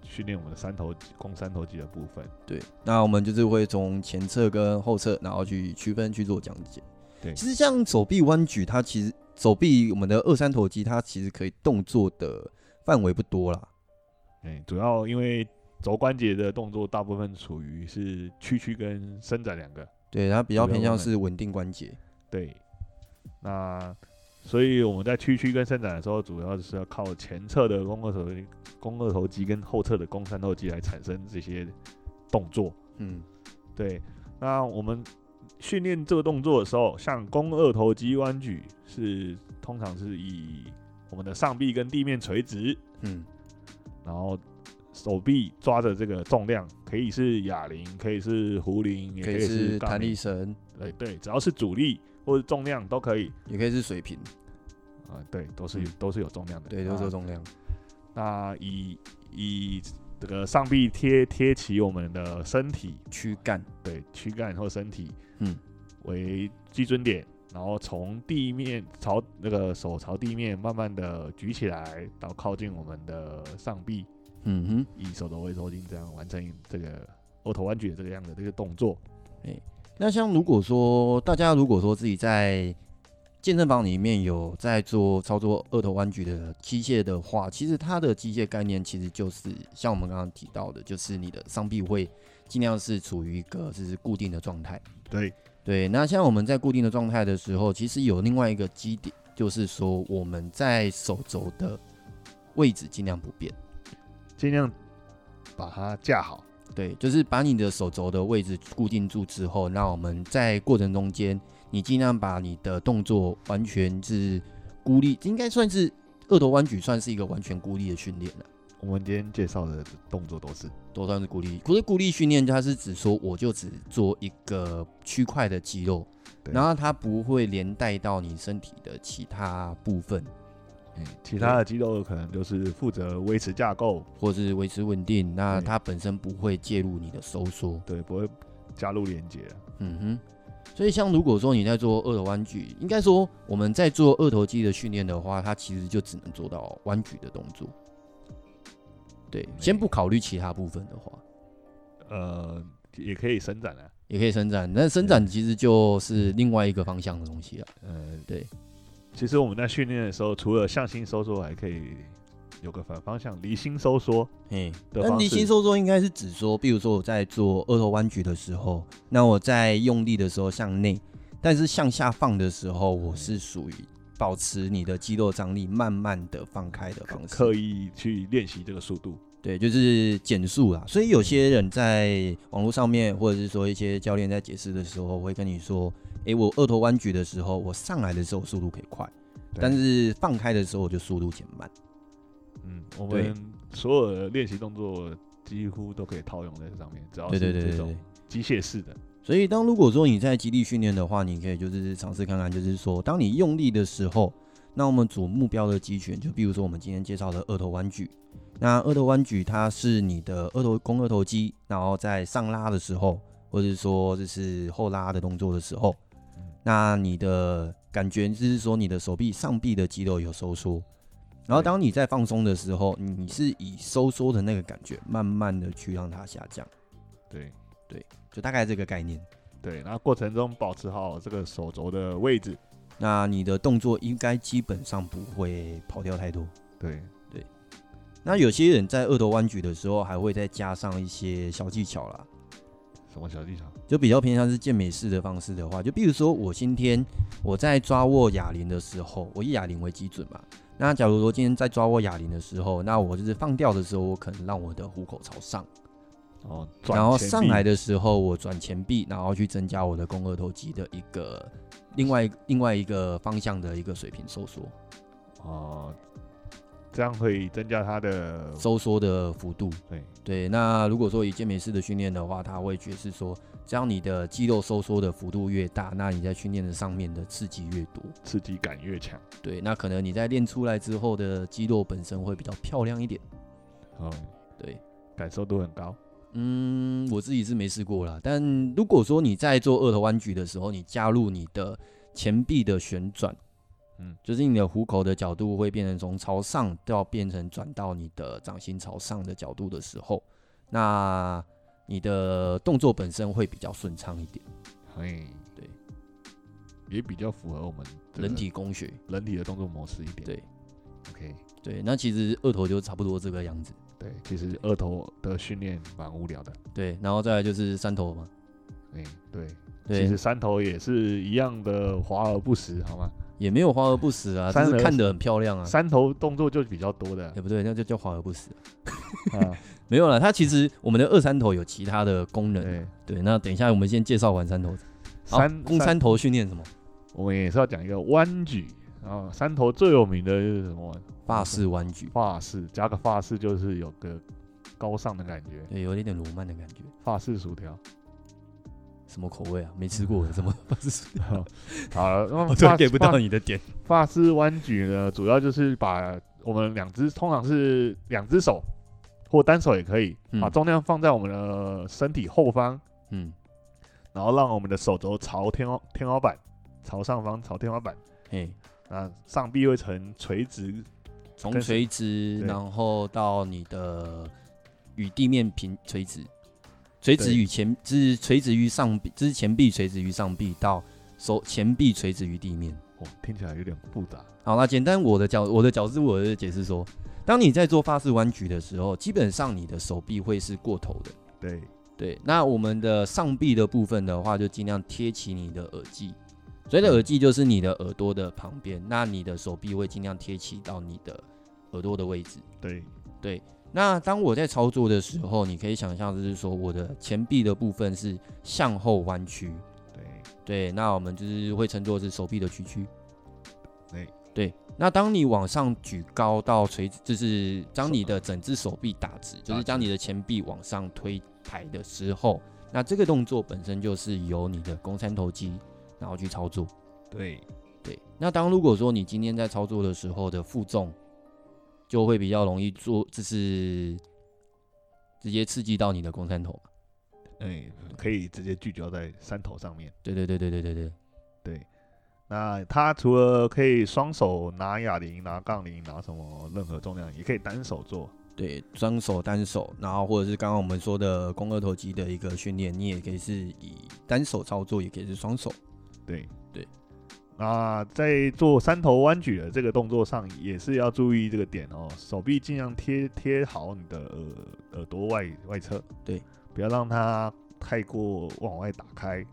Speaker 1: 训练我们的三头肌、肱三头肌的部分。
Speaker 2: 对，那我们就是会从前侧跟后侧，然后去区分去做讲解。
Speaker 1: 对
Speaker 2: 其实像手臂弯举，它其实手臂我们的二三头肌，它其实可以动作的范围不多啦。
Speaker 1: 哎、主要因为肘关节的动作大部分属于是屈曲跟伸展两个。
Speaker 2: 对，它比较
Speaker 1: 主要
Speaker 2: 偏向
Speaker 1: 部分
Speaker 2: 是稳定关节。
Speaker 1: 对，那所以我们在屈曲跟伸展的时候，主要是要靠前侧的肱二头肌、肱二头肌跟后侧的肱三头肌来产生这些动作。
Speaker 2: 嗯，
Speaker 1: 对，那我们训练这个动作的时候，像肱二头肌弯举是通常是以我们的上臂跟地面垂直，
Speaker 2: 嗯，
Speaker 1: 然后手臂抓着这个重量，可以是哑铃，可以是壶铃，也
Speaker 2: 可以
Speaker 1: 以
Speaker 2: 是
Speaker 1: 杠
Speaker 2: 弹力
Speaker 1: 铃，
Speaker 2: 绳，
Speaker 1: 对对，只要是阻力或者重量都可以
Speaker 2: 也可以是水平，
Speaker 1: 啊、对，都是、
Speaker 2: 嗯
Speaker 1: 都是有重量的，
Speaker 2: 对，啊都是
Speaker 1: 那
Speaker 2: 有重量。
Speaker 1: 那以以这个上臂贴贴起我们的身体，
Speaker 2: 躯干，
Speaker 1: 对躯干或身体，
Speaker 2: 嗯，
Speaker 1: 为基准点，然后从地面朝那个手朝地面慢慢的举起来，到靠近我们的上臂，
Speaker 2: 嗯
Speaker 1: 以手肘为轴心这样完成这个二头弯举的这个样的这个动作。
Speaker 2: 哼。那像如果说大家如果说自己在健身房里面有在做操作二头弯举的机械的话，其实它的机械概念其实就是像我们刚刚提到的，就是你的上臂会尽量是处于一个就是固定的状态。
Speaker 1: 对，
Speaker 2: 对，那像我们在固定的状态的时候，其实有另外一个基点，就是说我们在手肘的位置尽量不变。
Speaker 1: 尽量把它架好。
Speaker 2: 对，就是把你的手肘的位置固定住之后，那我们在过程中间，你尽量把你的动作完全是孤立，应该算是二头弯举，算是一个完全孤立的训练了，
Speaker 1: 我们今天介绍的动作都是
Speaker 2: 都算是孤立。可是孤立训练它是指说，我就只做一个区块的肌肉，
Speaker 1: 对
Speaker 2: 然后它不会连带到你身体的其他部分，
Speaker 1: 嗯，其他的肌肉可能就是负责维持架构，
Speaker 2: 或是维持稳定，那
Speaker 1: 对
Speaker 2: 它本身不会介入你的收缩。
Speaker 1: 对，不会加入连接。
Speaker 2: 嗯哼，所以像如果说你在做二头弯举，应该说我们在做二头肌的训练的话，它其实就只能做到弯举的动作。对，先不考虑其他部分的话，
Speaker 1: 呃，也可以伸展啊。
Speaker 2: 也可以伸展，但伸展其实就是另外一个方向的东西了。
Speaker 1: 呃，
Speaker 2: 对。
Speaker 1: 其实我们在训练的时候，除了向心收缩，还可以有个反方向离心收缩
Speaker 2: 嘿，
Speaker 1: 的
Speaker 2: 但
Speaker 1: 方
Speaker 2: 离心
Speaker 1: 式。
Speaker 2: 收缩应该是指说，比如说我在做二头弯举的时候，那我在用力的时候向内，但是向下放的时候，我是属于保持你的肌肉张力慢慢的放开的方式。
Speaker 1: 刻意去练习这个速度，
Speaker 2: 对，就是减速啦。所以有些人在网络上面，或者是说一些教练在解释的时候，会跟你说：“诶，我二头弯举的时候，我上来的时候速度可以快，
Speaker 1: 对
Speaker 2: 但是放开的时候我就速度减慢。
Speaker 1: 嗯，我
Speaker 2: 对
Speaker 1: 们所有的练习动作几乎都可以套用在这上面，只”要
Speaker 2: 对
Speaker 1: 是
Speaker 2: 对对对
Speaker 1: 这
Speaker 2: 对
Speaker 1: 种。机械式的，
Speaker 2: 所以，当如果说你在极力训练的话，你可以就是尝试看看，就是说，当你用力的时候，那我们主目标的肌群，就比如说我们今天介绍的二头弯举，那二头弯举它是你的二头肱二头肌，然后在上拉的时候，或者说就是后拉的动作的时候，那你的感觉就是说你的手臂上臂的肌肉有收缩，然后
Speaker 1: 对
Speaker 2: 当你在放松的时候，你是以收缩的那个感觉，慢慢的去让它下降，
Speaker 1: 对
Speaker 2: 就大概这个概念。
Speaker 1: 对。然后过程中保持好这个手肘的位置，
Speaker 2: 那你的动作应该基本上不会跑掉太多。
Speaker 1: 对，
Speaker 2: 那有些人在二头弯举的时候，还会再加上一些小技巧啦，
Speaker 1: 什么小技巧？
Speaker 2: 就比较偏向是健美式的方式的话，就比如说我今天我在抓握哑铃的时候，我以哑铃为基准嘛。那假如说今天在抓握哑铃的时候，那我就是放掉的时候，我可能让我的虎口朝上，
Speaker 1: 哦，转
Speaker 2: 然后
Speaker 1: 钱
Speaker 2: 上
Speaker 1: 币
Speaker 2: 来的时候，我转钱币，然后去增加我的肱二头肌的一个另外一另外一个方向的一个水平收缩，
Speaker 1: 哦，这样可以增加它的
Speaker 2: 收缩的幅度。
Speaker 1: 对
Speaker 2: 对，那如果说以健美式的训练的话，它会解释说，这样你的肌肉收缩的幅度越大，那你在训练的上面的刺激越多。
Speaker 1: 刺激感越强。
Speaker 2: 对，那可能你在练出来之后的肌肉本身会比较漂亮一点。
Speaker 1: 哦，
Speaker 2: 对，
Speaker 1: 感受度很高。
Speaker 2: 嗯，我自己是没试过啦。但如果说你在做二头弯举的时候，你加入你的前臂的旋转，
Speaker 1: 嗯
Speaker 2: 就是你的虎口的角度会变成从朝上要变成转到你的掌心朝上的角度的时候，那你的动作本身会比较顺畅一点，
Speaker 1: 嘿，
Speaker 2: 对，
Speaker 1: 也比较符合我们这个
Speaker 2: 人体工学。
Speaker 1: 人体的动作模式一点。
Speaker 2: 对
Speaker 1: ，OK，
Speaker 2: 对，那其实二头就差不多这个样子。
Speaker 1: 对，其实二头的训练蛮无聊的。
Speaker 2: 对，然后再来就是三头嘛。
Speaker 1: 哎，对，其
Speaker 2: 对
Speaker 1: 实，三头也是一样的华而不实，好吗？
Speaker 2: 也没有华而不实啊，
Speaker 1: 三
Speaker 2: 但是
Speaker 1: 头
Speaker 2: 看得很漂亮啊。
Speaker 1: 三头动作就比较多的
Speaker 2: 哎，不对，那就叫华而不实。嗯
Speaker 1: 啊，
Speaker 2: 没有了，它其实我们的二三头有其他的功能。
Speaker 1: 对，
Speaker 2: 对，那等一下我们先介绍完三头。好
Speaker 1: 三
Speaker 2: 肱嗯哦三头训练什么？
Speaker 1: 我们也是要讲一个弯举啊，三头最有名的就是什么？
Speaker 2: 发式弯举，
Speaker 1: 发式，加个发式就是有个高尚的感觉，
Speaker 2: 对，有一点罗曼的感觉。
Speaker 1: 发式薯 条。
Speaker 2: 什么口味啊？没吃过
Speaker 1: 嗯
Speaker 2: 的，什么法 式？
Speaker 1: 好了，那
Speaker 2: 我突
Speaker 1: 发
Speaker 2: 然给不
Speaker 1: 发
Speaker 2: 到你的点。
Speaker 1: 发式弯举呢，主要就是把我们两只通常是两只手或单手也可以，
Speaker 2: 嗯
Speaker 1: 把重量放在我们的身体后方，
Speaker 2: 嗯，
Speaker 1: 然后让我们的手肘朝天花天花板，朝上方朝天花板，
Speaker 2: 嘿，
Speaker 1: 那上臂会呈垂直，
Speaker 2: 从
Speaker 1: 但是
Speaker 2: 垂直，
Speaker 1: 对
Speaker 2: 然后到你的与地面平垂直，垂直
Speaker 1: 对
Speaker 2: 与前，就是垂直于上臂，就是前臂垂直于上臂，到手前臂垂直于地面。
Speaker 1: 哇，哦听起来有点复杂。
Speaker 2: 好啦，简单我的角我的角度我的解释说，当你在做发式弯举的时候，基本上你的手臂会是过头的。
Speaker 1: 对，
Speaker 2: 对，那我们的上臂的部分的话，就尽量贴起你的耳际。所谓的耳际就是你的耳朵的旁边，那你的手臂会尽量贴起到你的耳朵的位置。
Speaker 1: 对，
Speaker 2: 那当我在操作的时候，你可以想象，就是说我的前臂的部分是向后弯曲，
Speaker 1: 对，
Speaker 2: 对，那我们就是会称作是手臂的屈曲。
Speaker 1: 对
Speaker 2: 对，那当你往上举高到垂直，就是将你的整只手臂打直，就是将你的前臂往上推抬的时候，那这个动作本身就是由你的肱三头肌然后去操作。
Speaker 1: 对，
Speaker 2: 对，那当如果说你今天在操作的时候的负重，就会比较容易做，就是直接刺激到你的肱三头嘛。
Speaker 1: 哎，可以直接聚焦在山头上面。
Speaker 2: 对对对对对对对，
Speaker 1: 对，那它除了可以双手拿哑铃、拿杠铃、拿什么任何重量，也可以单手做。
Speaker 2: 对，双手单手，然后或者是刚刚我们说的肱二头肌的一个训练，你也可以是以单手操作，也可以是双手。
Speaker 1: 对
Speaker 2: 对。
Speaker 1: 那在做三头弯举的这个动作上，也是要注意这个点哦，手臂尽量贴贴好你的耳耳朵外外侧，
Speaker 2: 对，
Speaker 1: 不要让它太过往外打开，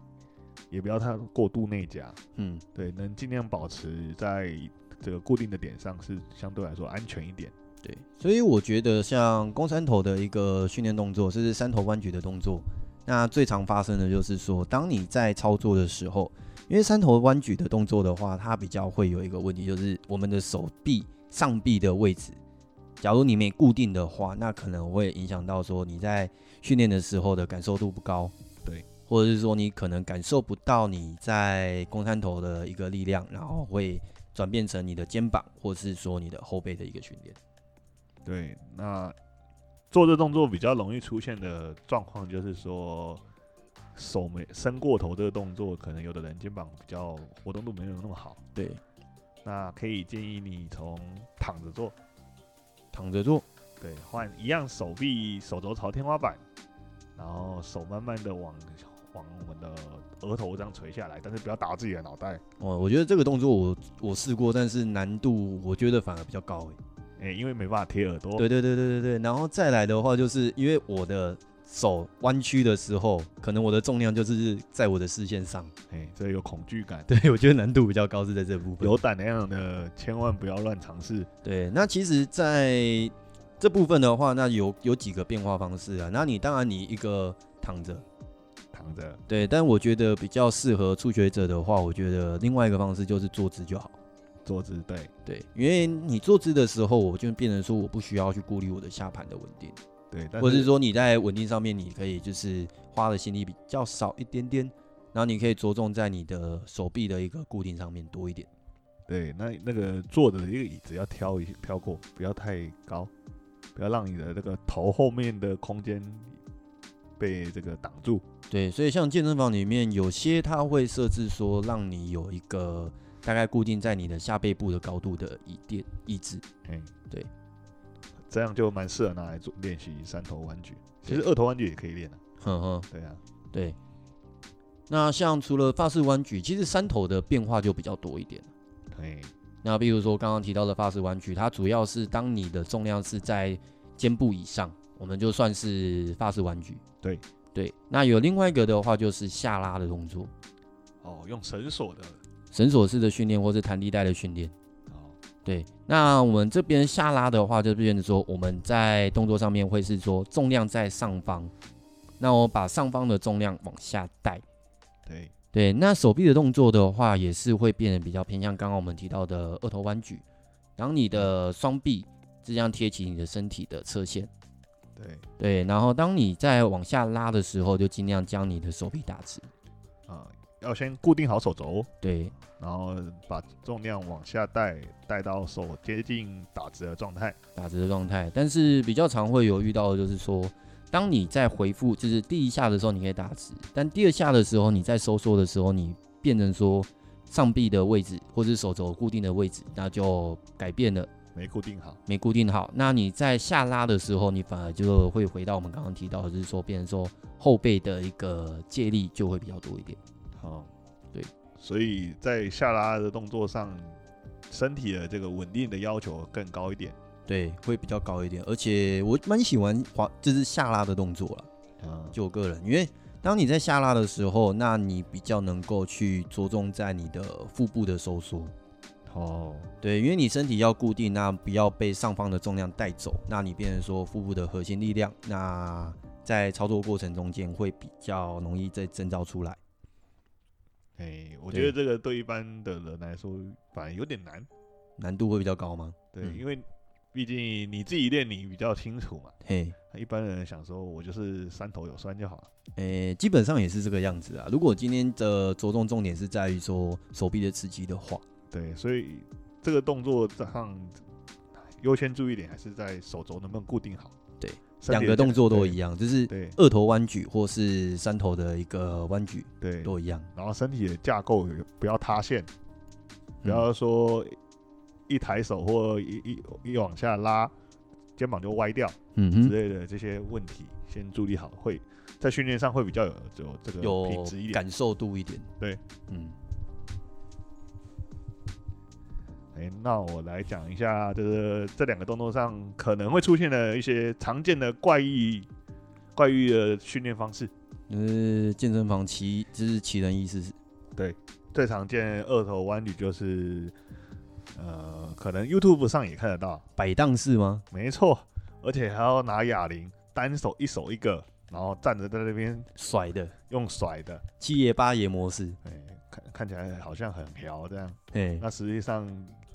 Speaker 1: 也不要太过度内夹，
Speaker 2: 嗯，
Speaker 1: 对，能尽量保持在这个固定的点上是相对来说安全一点。
Speaker 2: 对。所以我觉得像肱三头的一个训练动作，甚至三头弯举的动作，那最常发生的就是说，当你在操作的时候，因为三头弯举的动作的话，它比较会有一个问题，就是我们的手臂上臂的位置，假如你没固定的话，那可能会影响到说你在训练的时候的感受度不高，
Speaker 1: 对，
Speaker 2: 或者是说你可能感受不到你在肱三头的一个力量，然后会转变成你的肩膀，或是说你的后背的一个训练。
Speaker 1: 对，那做这动作比较容易出现的状况就是说，手没伸过头这个动作，可能有的人肩膀比较活动度没有那么好，
Speaker 2: 对，
Speaker 1: 那可以建议你从躺着做，
Speaker 2: 躺着做，
Speaker 1: 对，换一样手臂手肘朝天花板，然后手慢慢的往往我们的额头这样垂下来，但是不要打自己的脑袋，
Speaker 2: 哦，我觉得这个动作我我试过，但是难度我觉得反而比较高诶。
Speaker 1: 哎、因为没办法贴耳朵，
Speaker 2: 对对对对对对，然后再来的话，就是因为我的手弯曲的时候，可能我的重量就是在我的视线上，
Speaker 1: 哎、这有恐惧感，
Speaker 2: 对我觉得难度比较高是在这部分。
Speaker 1: 有胆量的千万不要乱尝试，
Speaker 2: 对，那其实，在这部分的话，那有有几个变化方式啊。那你当然你一个躺着，
Speaker 1: 躺着
Speaker 2: 对，但我觉得比较适合初学者的话，我觉得另外一个方式就是坐姿就好。
Speaker 1: 坐姿对
Speaker 2: 对，因为你坐姿的时候，我就变成说我不需要去顾虑我的下盘的稳定，
Speaker 1: 对，但
Speaker 2: 或者是说你在稳定上面，你可以就是花的心力比较少一点点，然后你可以着重在你的手臂的一个固定上面多一点。
Speaker 1: 对那那个坐的一个椅子要挑一挑过，不要太高，不要让你的那个头后面的空间被这个挡住。
Speaker 2: 对，所以像健身房里面有些它会设置说，让你有一个大概固定在你的下背部的高度的椅垫椅子。
Speaker 1: 哎，
Speaker 2: 对，
Speaker 1: 这样就蛮适合拿来做练习三头弯举。其
Speaker 2: 对
Speaker 1: 实二头弯举也可以练啊。
Speaker 2: 哼哼，
Speaker 1: 对啊，
Speaker 2: 对。那像除了发式弯举，其实三头的变化就比较多一点。
Speaker 1: 哎，
Speaker 2: 那比如说刚刚提到的发式弯曲，它主要是当你的重量是在肩部以上，我们就算是发式弯曲。
Speaker 1: 对
Speaker 2: 对，那有另外一个的话就是下拉的动作，
Speaker 1: 哦，用绳索的
Speaker 2: 绳索式的训练或是弹力带的训练。
Speaker 1: 哦，
Speaker 2: 对，那我们这边下拉的话，就变成说我们在动作上面会是说重量在上方，那我把上方的重量往下带。
Speaker 1: 对
Speaker 2: 对，那手臂的动作的话，也是会变得比较偏向刚刚我们提到的二头弯举，当你的双臂这样贴起你的身体的侧线，
Speaker 1: 对
Speaker 2: 对，然后当你在往下拉的时候，就尽量将你的手臂打直，
Speaker 1: 啊、要先固定好手肘，哦
Speaker 2: 对
Speaker 1: 然后把重量往下带，带到手接近打直的状态。
Speaker 2: 打直的状态。但是比较常会有遇到的就是说，当你在回复，就是第一下的时候你可以打直，但第二下的时候你在收缩的时候，你变成说上臂的位置或是手肘固定的位置，那就改变了。
Speaker 1: 没固定好，
Speaker 2: 没固定好，那你在下拉的时候，你反而就会回到我们刚刚提到的，就是说，变成说后背的一个借力就会比较多一点。
Speaker 1: 哦，
Speaker 2: 对，
Speaker 1: 所以在下拉的动作上，身体的这个稳定的要求更高一点。
Speaker 2: 对，会比较高一点，而且我蛮喜欢滑，就是下拉的动作了。
Speaker 1: 嗯，
Speaker 2: 就我个人，因为当你在下拉的时候，那你比较能够去着重在你的腹部的收缩。
Speaker 1: 哦，
Speaker 2: 对，因为你身体要固定，那不要被上方的重量带走，那你变成说腹部的核心力量，那在操作过程中间会比较容易再征兆出来。
Speaker 1: 哎、我
Speaker 2: 对
Speaker 1: 觉得这个对一般的人来说反而有点难，
Speaker 2: 难度会比较高吗？
Speaker 1: 对，
Speaker 2: 嗯
Speaker 1: 因为毕竟你自己练你比较清楚嘛。
Speaker 2: 嘿，
Speaker 1: 一般人想说，我就是三头有酸就好了。
Speaker 2: 诶、基本上也是这个样子啊。如果今天的着重重点是在于说手臂的刺激的话，
Speaker 1: 对，所以这个动作上优先注意点还是在手肘能不能固定好。
Speaker 2: 对
Speaker 1: 身体的
Speaker 2: 两
Speaker 1: 这，
Speaker 2: 个动作都
Speaker 1: 对
Speaker 2: 一样，就是
Speaker 1: 对
Speaker 2: 二头弯举或是三头的一个弯举
Speaker 1: 对，
Speaker 2: 都一样。
Speaker 1: 然后身体的架构也不要塌陷，不
Speaker 2: 嗯
Speaker 1: 要说一抬手或一一一往下拉，肩膀就歪掉
Speaker 2: 嗯
Speaker 1: 之
Speaker 2: 哼，
Speaker 1: 类的这些问题，先注意好，会在训练上会比较有有这个品
Speaker 2: 有
Speaker 1: 质一点。
Speaker 2: 感受度一点。
Speaker 1: 对，
Speaker 2: 嗯，
Speaker 1: 哎，那我来讲一下，就是这两个动作上可能会出现的一些常见的怪异怪异的训练方式。
Speaker 2: 就是健身房奇，就是奇人异事。
Speaker 1: 最常见二头弯举就是，呃，可能 YouTube 上也看得到，
Speaker 2: 摆荡式吗？
Speaker 1: 没错，而且还要拿哑铃，单手一手一个，然后站着在那边
Speaker 2: 甩的
Speaker 1: 用甩的，
Speaker 2: 七爷八爷模式。
Speaker 1: 哎、看看起来好像很飘这样，
Speaker 2: 嘿，
Speaker 1: 那实际上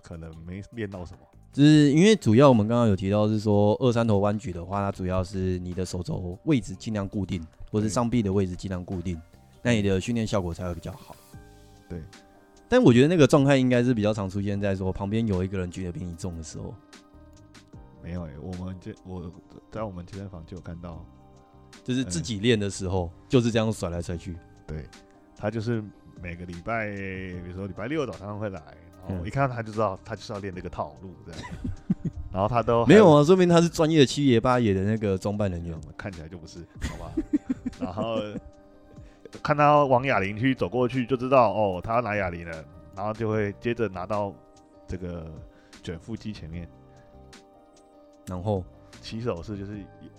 Speaker 1: 可能没练到什么。
Speaker 2: 就是因为主要我们刚刚有提到是说二三头弯举的话，它主要是你的手肘位置尽量固定，或是
Speaker 1: 对
Speaker 2: 上臂的位置尽量固定，那你的训练效果才会比较好。
Speaker 1: 对，
Speaker 2: 但我觉得那个状态应该是比较常出现在说旁边有一个人举得比你重的时候。
Speaker 1: 没有哎、我们这我在我们健身房就有看到，
Speaker 2: 就是自己练的时候、就是这样甩来甩去。
Speaker 1: 对他就是每个礼拜，比如说礼拜六早上会来，然后
Speaker 2: 嗯
Speaker 1: 一看到他就知道他就是要练这个套路这样， 然后他都
Speaker 2: 没有
Speaker 1: 哦还
Speaker 2: 啊，说明他是专业的七爷八爷的那个装扮人员。
Speaker 1: 看起来就不是， 好吧？然后看他往哑铃区走过去，就知道哦，他要拿哑铃了，然后就会接着拿到这个卷腹肌前面，
Speaker 2: 然后，
Speaker 1: 起手式就是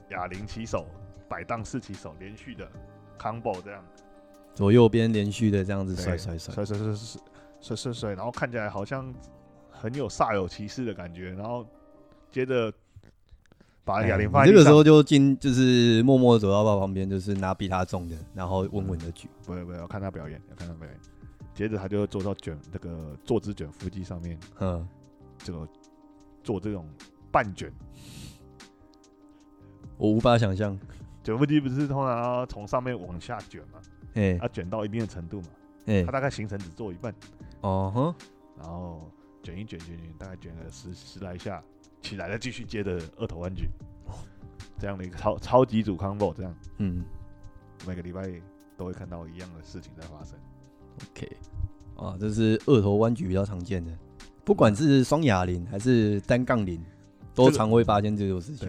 Speaker 1: 哑铃起手、摆荡式起手，连续的 combo 这样
Speaker 2: 左右边连续的这样子甩
Speaker 1: 对
Speaker 2: 甩甩，
Speaker 1: 甩甩甩甩甩甩甩，然后看起来好像很有煞有其事的感觉，然后接着把哑铃
Speaker 2: 哎你
Speaker 1: 啊放在
Speaker 2: 这
Speaker 1: 地
Speaker 2: 个时
Speaker 1: 上。
Speaker 2: 候就进，就是默默地走到爸爸旁边，就是拿比他重的，然后稳稳的举。
Speaker 1: 不会不会，我看他表演，我看他表演。接着他就坐到卷那个坐姿卷腹肌上面，
Speaker 2: 嗯，
Speaker 1: 这个做这种半卷。
Speaker 2: 我无法想象。
Speaker 1: 卷腹肌不是通常要从上面往下卷嘛？
Speaker 2: 哎
Speaker 1: 它卷到一定的程度嘛？
Speaker 2: 哎
Speaker 1: 它，大概行程只做一半，
Speaker 2: 哦哼，
Speaker 1: 然后卷一卷卷一卷，大概卷个十十来下，起来了继续接着二头弯举，这样的一个超超级组 combo，这样
Speaker 2: 嗯
Speaker 1: 每个礼拜都会看到一样的事情在发生。
Speaker 2: ，OK，啊，这是二头弯举比较常见的，不管是双哑铃还是单杠铃，都
Speaker 1: 这个
Speaker 2: 常会发现这种事情。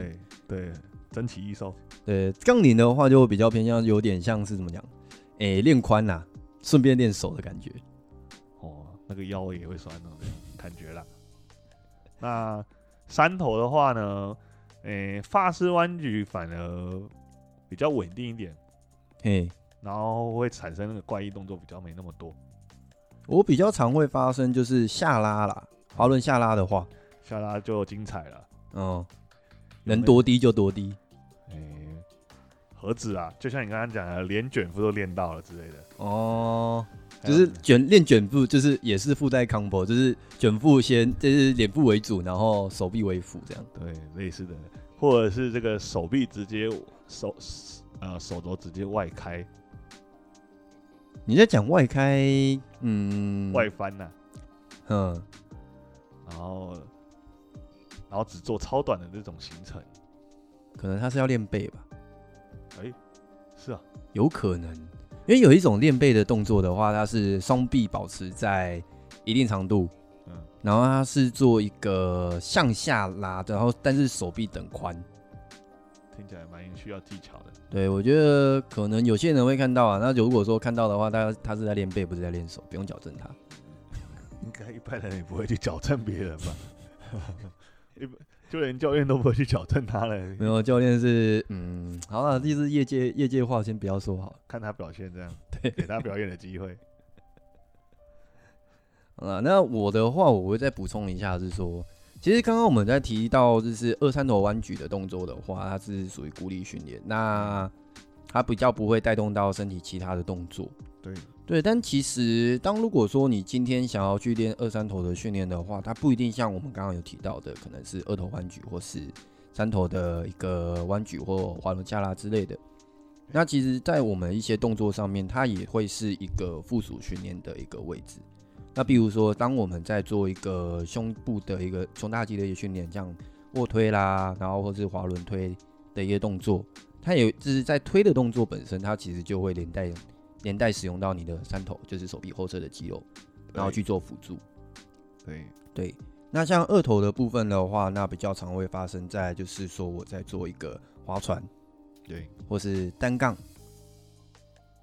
Speaker 1: 对对，珍奇异兽，
Speaker 2: 对，杠铃的话就比较偏向有点像是怎么讲，诶、练髋呐，顺便练手的感觉。
Speaker 1: 哦，那个腰也会酸那种感觉啦。那三头的话呢，诶、发式弯举反而比较稳定一点，
Speaker 2: 嘿，
Speaker 1: 然后会产生那个怪异动作比较没那么多。
Speaker 2: 我比较常会发生就是下拉啦，滑轮下拉的话，
Speaker 1: 下拉就精彩了，
Speaker 2: 嗯，
Speaker 1: 有
Speaker 2: 能
Speaker 1: 没
Speaker 2: 多低就多低。
Speaker 1: 诶、何止啊，就像你刚刚讲的，连卷腹都练到了之类的，
Speaker 2: 哦，
Speaker 1: 还
Speaker 2: 就
Speaker 1: 有
Speaker 2: 是
Speaker 1: 什么
Speaker 2: 卷练卷腹，就是也是附带 combo，就是卷腹先，就是脸部为主，然后手臂为辅这样。
Speaker 1: 对类似的，或者是这个手臂直接手呃手肘直接外开、
Speaker 2: 你在讲外开，嗯，
Speaker 1: 外，翻啊呐、
Speaker 2: 嗯，
Speaker 1: 然后然后只做超短的这种行程，
Speaker 2: 可能他是要练背吧。
Speaker 1: 是啊，
Speaker 2: 有可能，因为有一种练背的动作的话，它是双臂保持在一定长度，
Speaker 1: 嗯，
Speaker 2: 然后它是做一个向下拉，然后但是手臂等宽。
Speaker 1: 听起来蛮需要技巧的。
Speaker 2: 对，我觉得可能有些人会看到啊，那如果说看到的话，他他是在练背，不是在练手，不用矫正他。
Speaker 1: 应该一般人也不会去矫正别人吧？ 一般就连教练都不会去矫正他了，
Speaker 2: 没有，教练是嗯，好了，这是业界业界话，先不要说好了。
Speaker 1: 看他表现这样，
Speaker 2: 对
Speaker 1: 给他表演的机 会。
Speaker 2: 啊，那我的话，我会再补充一下，是说，其实刚刚我们在提到就是二三头弯举的动作的话，它是属于孤立训练，那它比较不会带动到身体其他的动作。
Speaker 1: 对，
Speaker 2: 对，但其实当如果说你今天想要去练二三头的训练的话，它不一定像我们刚刚有提到的，可能是二头弯举或是三头的一个弯举或滑轮下拉之类的。那其实，在我们一些动作上面，它也会是一个附属训练的一个位置。那比如说，当我们在做一个胸部的一个胸大肌的一个训练，像卧推啦，然后或是滑轮推的一些动作，它也就是在推的动作本身，它其实就会连带连带使用到你的三头，就是手臂后侧的肌肉，然后去做辅助。
Speaker 1: 对
Speaker 2: 对，那像二头的部分的话，那比较常会发生在就是说我在做一个划船
Speaker 1: 对
Speaker 2: 或是单杠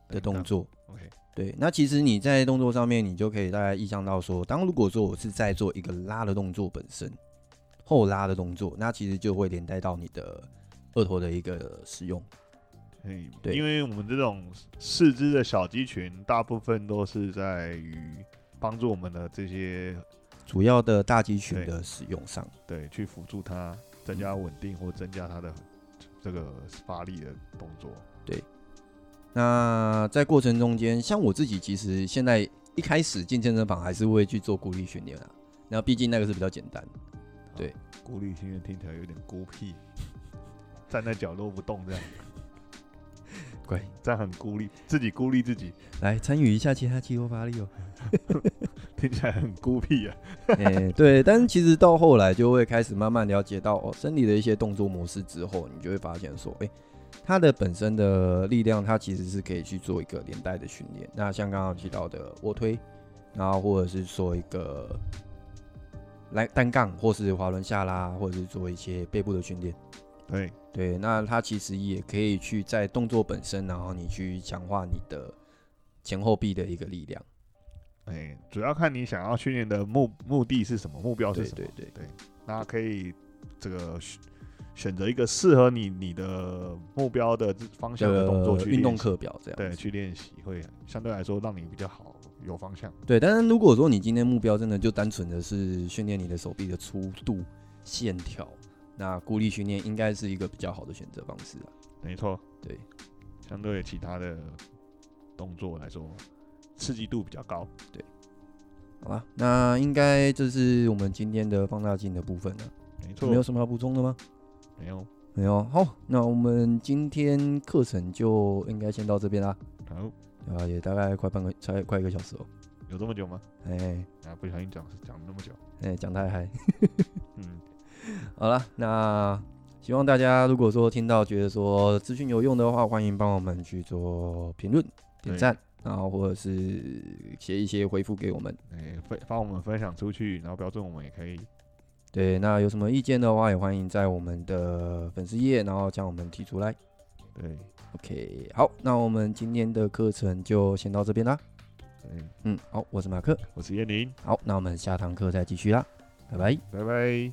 Speaker 2: 的动。作。
Speaker 1: OK，
Speaker 2: 对，那其实你在动作上面，你就可以大概意向到说，当如果说我是在做一个拉的动作本身，后拉的动作，那其实就会连带到你的二头的一个使用。
Speaker 1: 嘿
Speaker 2: 对
Speaker 1: 因为我们这种四肢的小肌群，大部分都是在于帮助我们的这些
Speaker 2: 主要的大肌群
Speaker 1: 对
Speaker 2: 的使用上，
Speaker 1: 对去辅助它，增加稳定或增加它的这个发力的动作。
Speaker 2: 那在过程中间，像我自己其实现在一开始进健身房还是会去做孤立训练啊，那毕竟那个是比较简单。对
Speaker 1: 孤立训练听起来有点孤僻， 站在角落不动这样，
Speaker 2: 乖，
Speaker 1: 这样很孤立，自己孤立自己，
Speaker 2: 来参与一下其他肌肉发力哦。
Speaker 1: 听起来很孤僻啊。
Speaker 2: 哎、对，但是其实到后来就会开始慢慢了解到哦，身体的一些动作模式之后，你就会发现说，哎、它的本身的力量，它其实是可以去做一个连带的训练。那像刚刚提到的卧推，然后或者是说一个来单杠，或是滑轮下拉，或者是做一些背部的训练。
Speaker 1: 对，
Speaker 2: 对，那它其实也可以去在动作本身，然后你去强化你的前后臂的一个力量。
Speaker 1: 哎、主要看你想要训练的目目的是什么，目哦标是
Speaker 2: 对
Speaker 1: 什么。
Speaker 2: 对对，
Speaker 1: 那可以这个选选择一个适合你你的目标的方向的动作
Speaker 2: 呃
Speaker 1: 去
Speaker 2: 运动
Speaker 1: 练习
Speaker 2: 课表这样子。
Speaker 1: 对去练习，会相对来说让你比较好有方向。
Speaker 2: 对，但是如果说你今天目标真的就单纯的是训练你的手臂的粗度、线条，那孤立训练应该是一个比较好的选择方式啊。
Speaker 1: 没错，
Speaker 2: 对，
Speaker 1: 相对其他的动作来说，刺激度比较高。
Speaker 2: 好吧，那应该这是我们今天的放大镜的部分了、
Speaker 1: 没错，
Speaker 2: 没有什么要补充的吗？
Speaker 1: 没有，
Speaker 2: 没有。好，那我们今天课程就应该先到这边啦。
Speaker 1: 好，
Speaker 2: 对吧？也大概快半个，才快一个小时哦。
Speaker 1: 有这么久吗？
Speaker 2: 哎
Speaker 1: 啊，不小心讲讲了那么久，
Speaker 2: 哎，讲太嗨。
Speaker 1: 嗯，
Speaker 2: 好了，那希望大家如果说听到觉得说资讯有用的话，欢迎帮我们去做评论、点
Speaker 1: 对
Speaker 2: 赞，然后或者是写一些回复给我们。
Speaker 1: 哎、分帮我们分享出去，然后标准我们也可以。
Speaker 2: 对，那有什么意见的话，也欢迎在我们的粉丝页，然后将我们提出来。
Speaker 1: 对，
Speaker 2: OK，好，那我们今天的课程就先到这边啦。
Speaker 1: 对，
Speaker 2: 嗯，好，我是马克，
Speaker 1: 哎我是燕宁，
Speaker 2: 好，那我们下堂课再继续啦，拜拜。
Speaker 1: 拜拜。